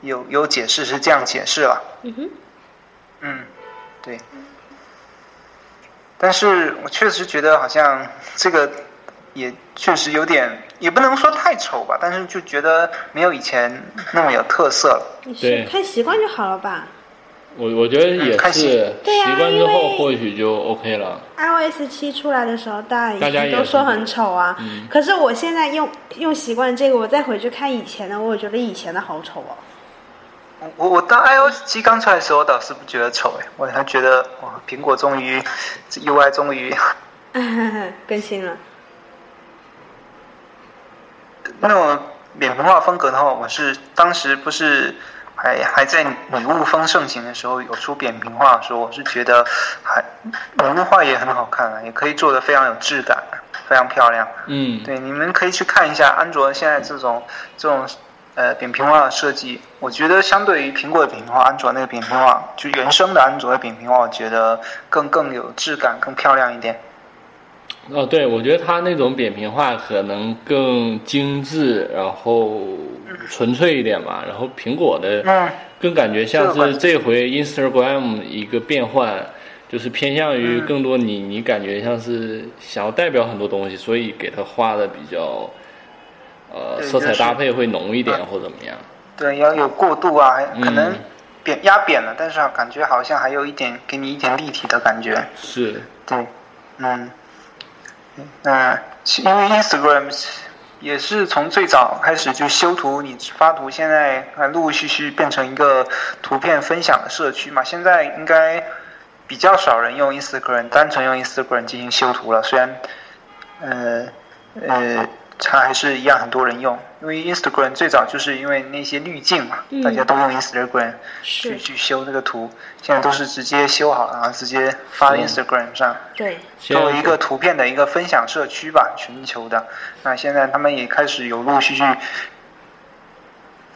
[SPEAKER 6] 有有解释是这样解释了。
[SPEAKER 3] 嗯哼，
[SPEAKER 6] 嗯，对。但是我确实觉得好像这个也确实有点，也不能说太丑吧，但是就觉得没有以前那么有特色了。
[SPEAKER 3] 你
[SPEAKER 4] 对
[SPEAKER 3] 是看习惯就好了吧
[SPEAKER 4] 我我觉得也
[SPEAKER 6] 嗯开
[SPEAKER 4] 是，
[SPEAKER 6] 始
[SPEAKER 3] 对啊
[SPEAKER 4] 习惯之
[SPEAKER 3] 因
[SPEAKER 4] 后
[SPEAKER 3] 为
[SPEAKER 4] 或许就 OK 了。
[SPEAKER 3] ？iOS 七出来的时候，大
[SPEAKER 4] 大家
[SPEAKER 3] 家以
[SPEAKER 4] 也
[SPEAKER 3] 前都说
[SPEAKER 4] 是
[SPEAKER 3] 很丑啊，
[SPEAKER 4] 嗯
[SPEAKER 3] 可是我现在用用习惯这个，我再回去看以前的，我觉得以前的好丑哦。
[SPEAKER 6] 我我我当 iOS 七刚出来的时候倒是不觉得丑哎，我还觉得哇，苹果终于这 UI 终于，
[SPEAKER 3] 哦 更新了，
[SPEAKER 6] 那种脸谱化风格的话，我是当时不是还还在女巫风盛行的时候有出扁平化的时候，我是觉得还女巫化也很好看啊，也可以做的非常有质感，啊非常漂亮。
[SPEAKER 4] 嗯，
[SPEAKER 6] 对，你们可以去看一下安卓现在这种这种呃扁平化的设计，我觉得相对于苹果的扁平化，安卓那个扁平化，就原生的安卓的扁平化，我觉得更更有质感，更漂亮一点。
[SPEAKER 4] 哦，对，我觉得它那种扁平化可能更精致，然后
[SPEAKER 7] 嗯
[SPEAKER 4] 纯粹一点吧。然后苹果的，
[SPEAKER 6] 嗯，
[SPEAKER 4] 更感觉像
[SPEAKER 6] 这个
[SPEAKER 4] 是
[SPEAKER 6] 吧
[SPEAKER 4] 这回 Instagram 一个变换，就是偏向于
[SPEAKER 6] 嗯
[SPEAKER 4] 更多你你感觉像是想要代表很多东西，所以给它画的比较，呃，
[SPEAKER 6] 对
[SPEAKER 4] 色彩
[SPEAKER 6] 就是
[SPEAKER 4] 搭配会浓一点
[SPEAKER 6] 嗯
[SPEAKER 4] 或怎么样。
[SPEAKER 6] 对，要有过渡啊，还可能
[SPEAKER 4] 嗯
[SPEAKER 6] 扁压扁了，但是啊感觉好像还有一点给你一点立体的感觉。
[SPEAKER 4] 是，
[SPEAKER 6] 对，嗯，那其因为 Instagram 也是从最早开始就修图，你发图，现在还陆陆续续变成一个图片分享的社区嘛。现在应该比较少人用 Instagram，单纯用 Instagram 进行修图了。虽然，呃呃，它还是一样很多人用，因为 Instagram 最早就是因为那些滤镜嘛，大家都用 Instagram 去
[SPEAKER 3] 是，
[SPEAKER 6] 去修这个图，现在都是直接修好了，然后直接发
[SPEAKER 4] 嗯
[SPEAKER 6] Instagram 上。
[SPEAKER 3] 对，
[SPEAKER 4] 先
[SPEAKER 6] 作为一个图片的一个分享社区吧，全球的。那现在他们也开始有陆陆续续，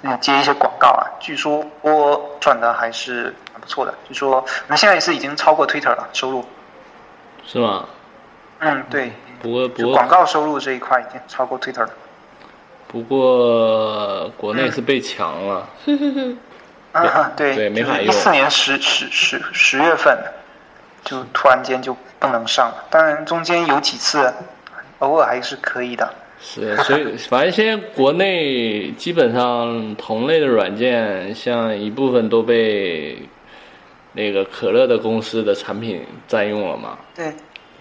[SPEAKER 6] 嗯，接一些广告啊。据说我赚的还是蛮不错的，据说那现在是已经超过 Twitter 了收入。
[SPEAKER 4] 是吗？
[SPEAKER 6] 嗯，对，
[SPEAKER 4] 不过不
[SPEAKER 6] 就
[SPEAKER 4] 过
[SPEAKER 6] 广告收入这一块已经超过 Twitter 了。
[SPEAKER 4] 不过国内是被抢了，
[SPEAKER 6] 啊，对，
[SPEAKER 4] 对没法
[SPEAKER 6] 一
[SPEAKER 4] 用
[SPEAKER 6] 四年十十十十月份，就突然间就不能上了。当然中间有几次，偶尔还是可以的。
[SPEAKER 4] 是，所以反正现在国内基本上同类的软件，像一部分都被那个可乐的公司的产品占用了嘛。
[SPEAKER 6] 对，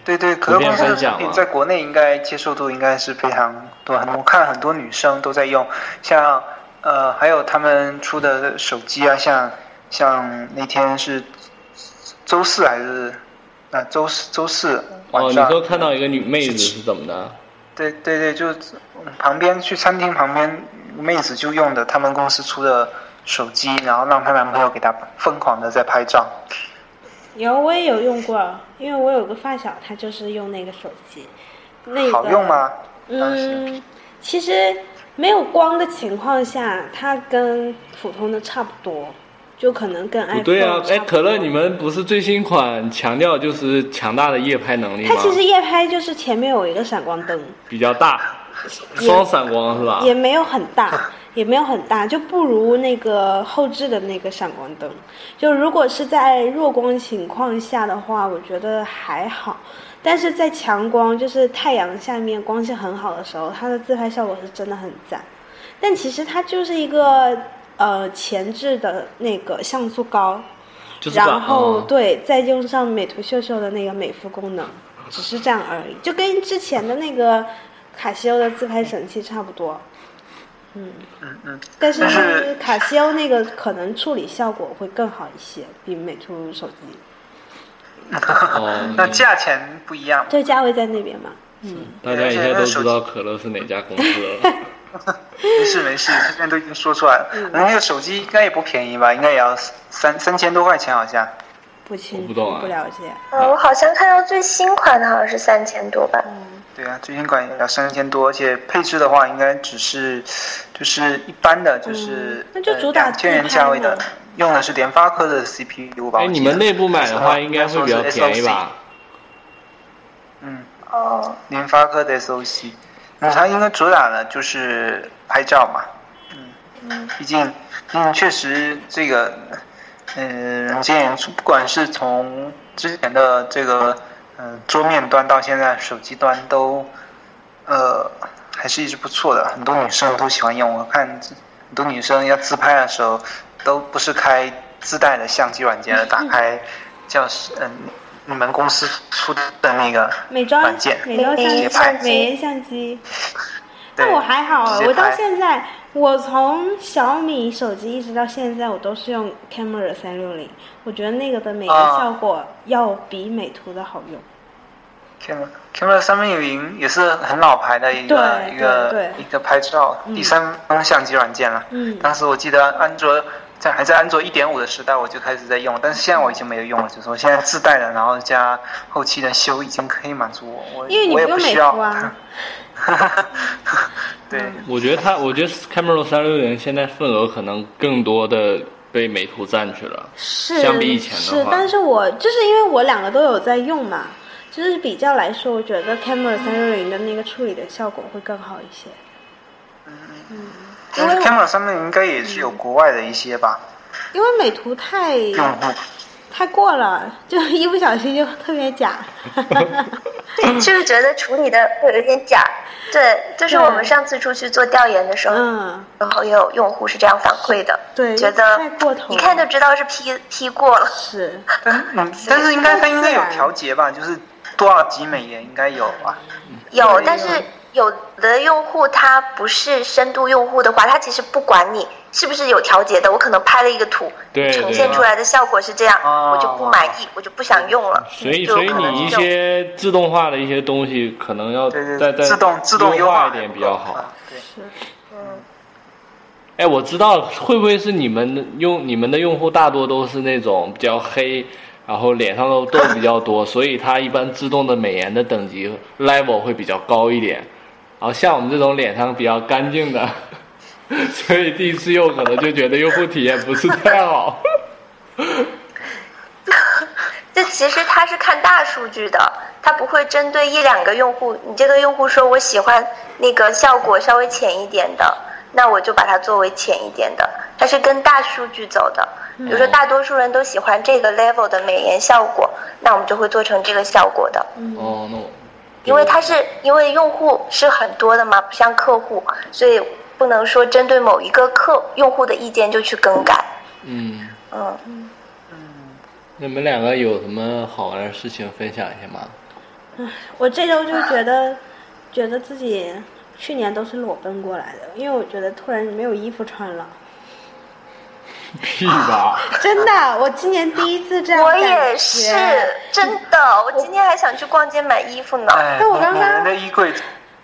[SPEAKER 6] 对对，可乐公司
[SPEAKER 4] 普遍
[SPEAKER 6] 的
[SPEAKER 4] 分享
[SPEAKER 6] 产品
[SPEAKER 4] 嘛
[SPEAKER 6] 在国内应该接受度应该是非常多，很我看很多女生都在用，像呃还有他们出的手机啊，像像那天是周四还是啊、周四周四晚
[SPEAKER 4] 哦，你
[SPEAKER 6] 上，
[SPEAKER 4] 说看到一个女妹子是怎么的？
[SPEAKER 6] 对对对，就嗯旁边去餐厅旁边妹子就用的他们公司出的手机，然后让她男朋友给她疯狂的在拍照，
[SPEAKER 3] 有我也有用过，因为我有个发小，他就是用那个手机，那个
[SPEAKER 6] 好用？吗？当时
[SPEAKER 3] 嗯，其实没有光的情况下，它跟普通的差不多，就可能跟 iPhone
[SPEAKER 4] 不对啊，
[SPEAKER 3] 差
[SPEAKER 4] 哎，
[SPEAKER 3] 不多
[SPEAKER 4] 可乐，你们不是最新款强调就是强大的夜拍能力吗
[SPEAKER 3] 它？其实夜拍就是前面有一个闪光灯，
[SPEAKER 4] 比较大，
[SPEAKER 3] 也
[SPEAKER 4] 双闪光是吧？
[SPEAKER 3] 也没有很大，也没有很大，就不如那个后置的那个闪光灯。就如果是在弱光情况下的话，我觉得还好。但是在强光，就是太阳下面光线很好的时候，它的自拍效果是真的很赞。但其实它就是一个呃前置的那个像素高，
[SPEAKER 4] 就是把
[SPEAKER 3] 然后、
[SPEAKER 4] 嗯
[SPEAKER 3] 对，再用上美图秀秀的那个美肤功能，只是这样而已，就跟之前的那个卡西欧的自拍神器差不多。嗯，
[SPEAKER 6] 嗯嗯。
[SPEAKER 3] 但是
[SPEAKER 6] 但是
[SPEAKER 3] 卡西欧那个可能处理效果会更好一些，比美图手机。
[SPEAKER 4] 哦
[SPEAKER 6] 那价钱不一样，
[SPEAKER 3] 对，价位在那边嘛。嗯，
[SPEAKER 4] 大家一下都知道可乐是哪家公司 了。
[SPEAKER 6] 没事没事，现在都已经说出来了。
[SPEAKER 3] 嗯
[SPEAKER 6] 那个手机应该也不便宜吧？应该也要三三千多块钱好像。
[SPEAKER 3] 不清
[SPEAKER 4] 我
[SPEAKER 3] 楚，
[SPEAKER 4] 不懂啊
[SPEAKER 3] 了解。
[SPEAKER 7] 嗯，我好像看到最新款的好像是三千多吧。
[SPEAKER 6] 对啊，最新款也要三千多，而且配置的话应该只是就是一般的，就是呃
[SPEAKER 3] 嗯那就主打
[SPEAKER 6] 两千元价位的
[SPEAKER 3] 自拍嘛，
[SPEAKER 6] 用的是联发科的 CPU 吧？
[SPEAKER 4] 哎，
[SPEAKER 6] 我记
[SPEAKER 4] 你
[SPEAKER 6] 得
[SPEAKER 4] 们内部买的话，应该会比较便宜吧？
[SPEAKER 6] 嗯，
[SPEAKER 7] 哦，
[SPEAKER 6] 联发科的 SOC，那它应该主打的就是拍照嘛，嗯，毕竟，嗯，确实这个，嗯、软件不管是从之前的这个，嗯、桌面端到现在手机端都，呃，还是一直不错的，很多女生都喜欢用，我看很多女生要自拍的时候都不是开自带的相机软件 了，打开叫是嗯。你们公司出的那个
[SPEAKER 3] 美妆
[SPEAKER 6] 软件，
[SPEAKER 3] 美妆
[SPEAKER 6] 直接
[SPEAKER 3] 相
[SPEAKER 6] 拍
[SPEAKER 3] 机、美颜相机。
[SPEAKER 6] 对
[SPEAKER 3] 那我还好啊
[SPEAKER 6] 直，接
[SPEAKER 3] 我到
[SPEAKER 6] 拍
[SPEAKER 3] 现在，我从小米手机一直到现在，我都是用 Camera 三六零，我觉得那个的美颜
[SPEAKER 6] 啊
[SPEAKER 3] 效果要比美图的好用。
[SPEAKER 6] Camera Camera 三六零也是很老牌的一个
[SPEAKER 3] 对
[SPEAKER 6] 一个
[SPEAKER 3] 对对
[SPEAKER 6] 一个拍照
[SPEAKER 3] 嗯
[SPEAKER 6] 第三方相机软件了。
[SPEAKER 3] 嗯
[SPEAKER 6] 当时我记得安卓在还在安卓一点五的时代我就开始在用，但是现在我已经没有用了，就是我现在自带的，然后加后期的修已经可以满足我，我
[SPEAKER 3] 因为你
[SPEAKER 6] 我也
[SPEAKER 3] 不用美嗯
[SPEAKER 6] 需要
[SPEAKER 3] 图 啊。
[SPEAKER 6] 对，
[SPEAKER 4] 我觉得它，我觉得 Camera 三六零现在份额可能更多的被美图占去了。
[SPEAKER 3] 是
[SPEAKER 4] 相比以前的
[SPEAKER 3] 是，
[SPEAKER 4] 话
[SPEAKER 3] 但是我就是因为我两个都有在用嘛，就是比较来说，我觉得 Camera 三六零的那个处理的效果会更好一些。因为我
[SPEAKER 6] Camera 三六零应该也是有国外的一些吧
[SPEAKER 3] 因为美图太
[SPEAKER 6] 用户。
[SPEAKER 3] 太过了，就一不小心就特别假。
[SPEAKER 7] 就是觉得处理的会有一点假。对，就是
[SPEAKER 3] 对
[SPEAKER 7] 我们上次出去做调研的时候，
[SPEAKER 3] 嗯，
[SPEAKER 7] 然后也有用户是这样反馈的，
[SPEAKER 3] 对
[SPEAKER 7] 觉得
[SPEAKER 3] 太过头了
[SPEAKER 7] 一看就知道是 P P 过了。
[SPEAKER 3] 是，
[SPEAKER 6] 但嗯，但是应该它应该有调节吧，就是多少级美颜应该有吧。
[SPEAKER 7] 有，
[SPEAKER 6] 对
[SPEAKER 7] 但是有的用户他不是深度用户的话，他其实不管你是不是有调节的，我可能拍了一个图，
[SPEAKER 4] 对
[SPEAKER 7] 呈
[SPEAKER 4] 对
[SPEAKER 7] 现出来的效果是这样，
[SPEAKER 6] 哦
[SPEAKER 7] 我就不满意，我就不想用了。
[SPEAKER 4] 所以，
[SPEAKER 7] 就
[SPEAKER 4] 所以
[SPEAKER 7] 嗯可能
[SPEAKER 4] 你一
[SPEAKER 7] 是这种
[SPEAKER 4] 些自动化的一些东西，可能要
[SPEAKER 6] 对对
[SPEAKER 4] 再
[SPEAKER 6] 对，
[SPEAKER 4] 再
[SPEAKER 6] 自动自动
[SPEAKER 4] 优
[SPEAKER 6] 化
[SPEAKER 4] 一点比较好。
[SPEAKER 6] 啊对，
[SPEAKER 4] 哎，我知道，会不会是你们的用你们的用户大多都是那种比较黑，然后脸上的痘比较多，所以它一般自动的美颜的等级 level 会比较高一点。然后像我们这种脸上比较干净的， 所以第一次用可能就觉得用户体验不是太好。
[SPEAKER 7] 这其实它是看大数据的，它不会针对一两个用户。你这个用户说我喜欢那个效果稍微浅一点的，那我就把它作为浅一点的。它是跟大数据走的，比如说大多数人都喜欢这个 level 的美颜效果，那我们就会做成这个效果的。
[SPEAKER 4] 哦，那我
[SPEAKER 7] 因为它是因为用户是很多的嘛，不像客户，所以不能说针对某一个客用户的意见就去更改。
[SPEAKER 4] 嗯，
[SPEAKER 7] 嗯，
[SPEAKER 4] 你们两个有什么好玩的事情分享一下吗？
[SPEAKER 3] 我这周就觉得，觉得自己去年都是裸奔过来的，因为我觉得突然没有衣服穿了，
[SPEAKER 4] 屁吧！
[SPEAKER 3] 真的，我今年第一次这样
[SPEAKER 7] 我
[SPEAKER 3] 感觉
[SPEAKER 7] 也是，真的，我今天还想去逛街买衣服呢。
[SPEAKER 6] 哎，
[SPEAKER 3] 但我刚刚
[SPEAKER 6] 女人的衣柜，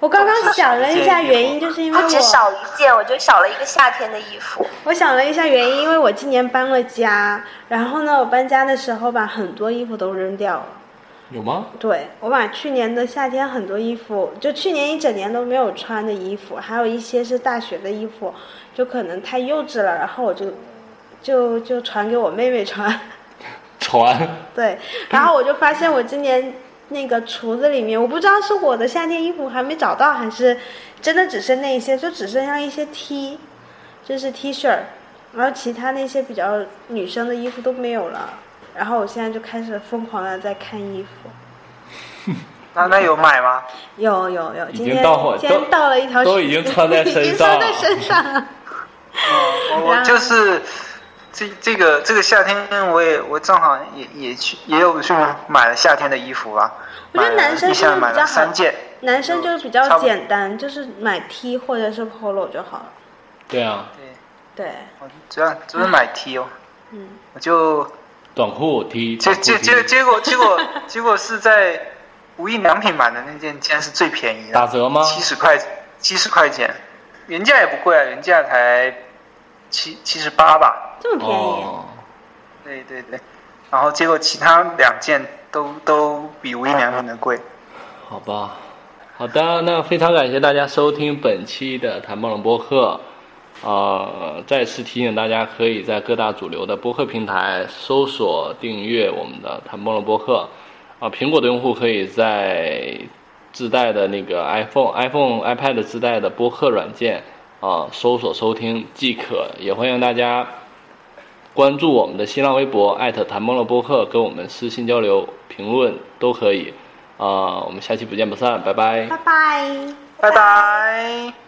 [SPEAKER 3] 我刚刚想了一下原因，就是因为
[SPEAKER 7] 不止
[SPEAKER 3] 我
[SPEAKER 7] 啊少一件，我就少了一个夏天的衣服。
[SPEAKER 3] 我想了一下原因，因为我今年搬了家，然后呢，我搬家的时候把很多衣服都扔掉了。
[SPEAKER 4] 有吗？
[SPEAKER 3] 对，我把去年的夏天很多衣服，就去年一整年都没有穿的衣服，还有一些是大学的衣服，就可能太幼稚了，然后我就就就传给我妹妹穿。
[SPEAKER 4] 传
[SPEAKER 3] 对，然后我就发现我今年那个橱子里面，我不知道是我的夏天衣服还没找到，还是真的只剩那一些，就只剩下一些 T，就是 T 恤，然后其他那些比较女生的衣服都没有了。然后我现在就开始疯狂的在看衣服。
[SPEAKER 6] 那那有买吗？
[SPEAKER 3] 嗯有有有，
[SPEAKER 4] 已
[SPEAKER 3] 今
[SPEAKER 4] 经
[SPEAKER 3] 天
[SPEAKER 4] 到货
[SPEAKER 3] 今
[SPEAKER 4] 都
[SPEAKER 3] 天到了一条，
[SPEAKER 4] 都已经穿在身
[SPEAKER 3] 已经
[SPEAKER 4] 上
[SPEAKER 3] 穿在
[SPEAKER 4] 了
[SPEAKER 3] 身上 了。
[SPEAKER 6] 哦我我就是这这个这个夏天，我也我正好也也去也有去买了夏天的衣服啊。
[SPEAKER 3] 我觉得
[SPEAKER 6] 买了
[SPEAKER 3] 男生
[SPEAKER 6] 一
[SPEAKER 3] 是不
[SPEAKER 6] 下
[SPEAKER 3] 是
[SPEAKER 6] 买
[SPEAKER 3] 比较
[SPEAKER 6] 了
[SPEAKER 3] 好
[SPEAKER 6] 三件，
[SPEAKER 3] 男生就是比
[SPEAKER 6] 差
[SPEAKER 3] 较
[SPEAKER 6] 不多
[SPEAKER 3] 简单，就是买 T 或者是 polo 就好了。
[SPEAKER 4] 对啊，
[SPEAKER 6] 对，
[SPEAKER 3] 对，
[SPEAKER 6] 我主要主要买 T 哦，
[SPEAKER 3] 嗯，
[SPEAKER 6] 我就
[SPEAKER 4] 短裤 T，
[SPEAKER 6] 结
[SPEAKER 4] 短裤
[SPEAKER 6] 结
[SPEAKER 4] T
[SPEAKER 6] 结结果结 果结果是在无印良品买的那件，竟然是最便宜的，
[SPEAKER 4] 打折吗？
[SPEAKER 6] 七十块七十块钱，原价也不贵啊，原价才七七十八吧。
[SPEAKER 3] 这么便宜。啊
[SPEAKER 4] 哦，
[SPEAKER 6] 对对对，然后结果其他两件都都比无印良品的贵。
[SPEAKER 4] 好吧，好的，那非常感谢大家收听本期的谈爆冷播客。呃，再次提醒大家，可以在各大主流的播客平台搜索订阅我们的谈爆冷播客。啊、苹果的用户可以在自带的那个 iPhone、iPhone、iPad 自带的播客软件啊，搜索收听即可。也欢迎大家关注我们的新浪微博，艾特谈崩了播客，跟我们私信交流、评论都可以。啊、我们下期不见不散，拜拜
[SPEAKER 3] 拜拜。
[SPEAKER 6] 拜拜。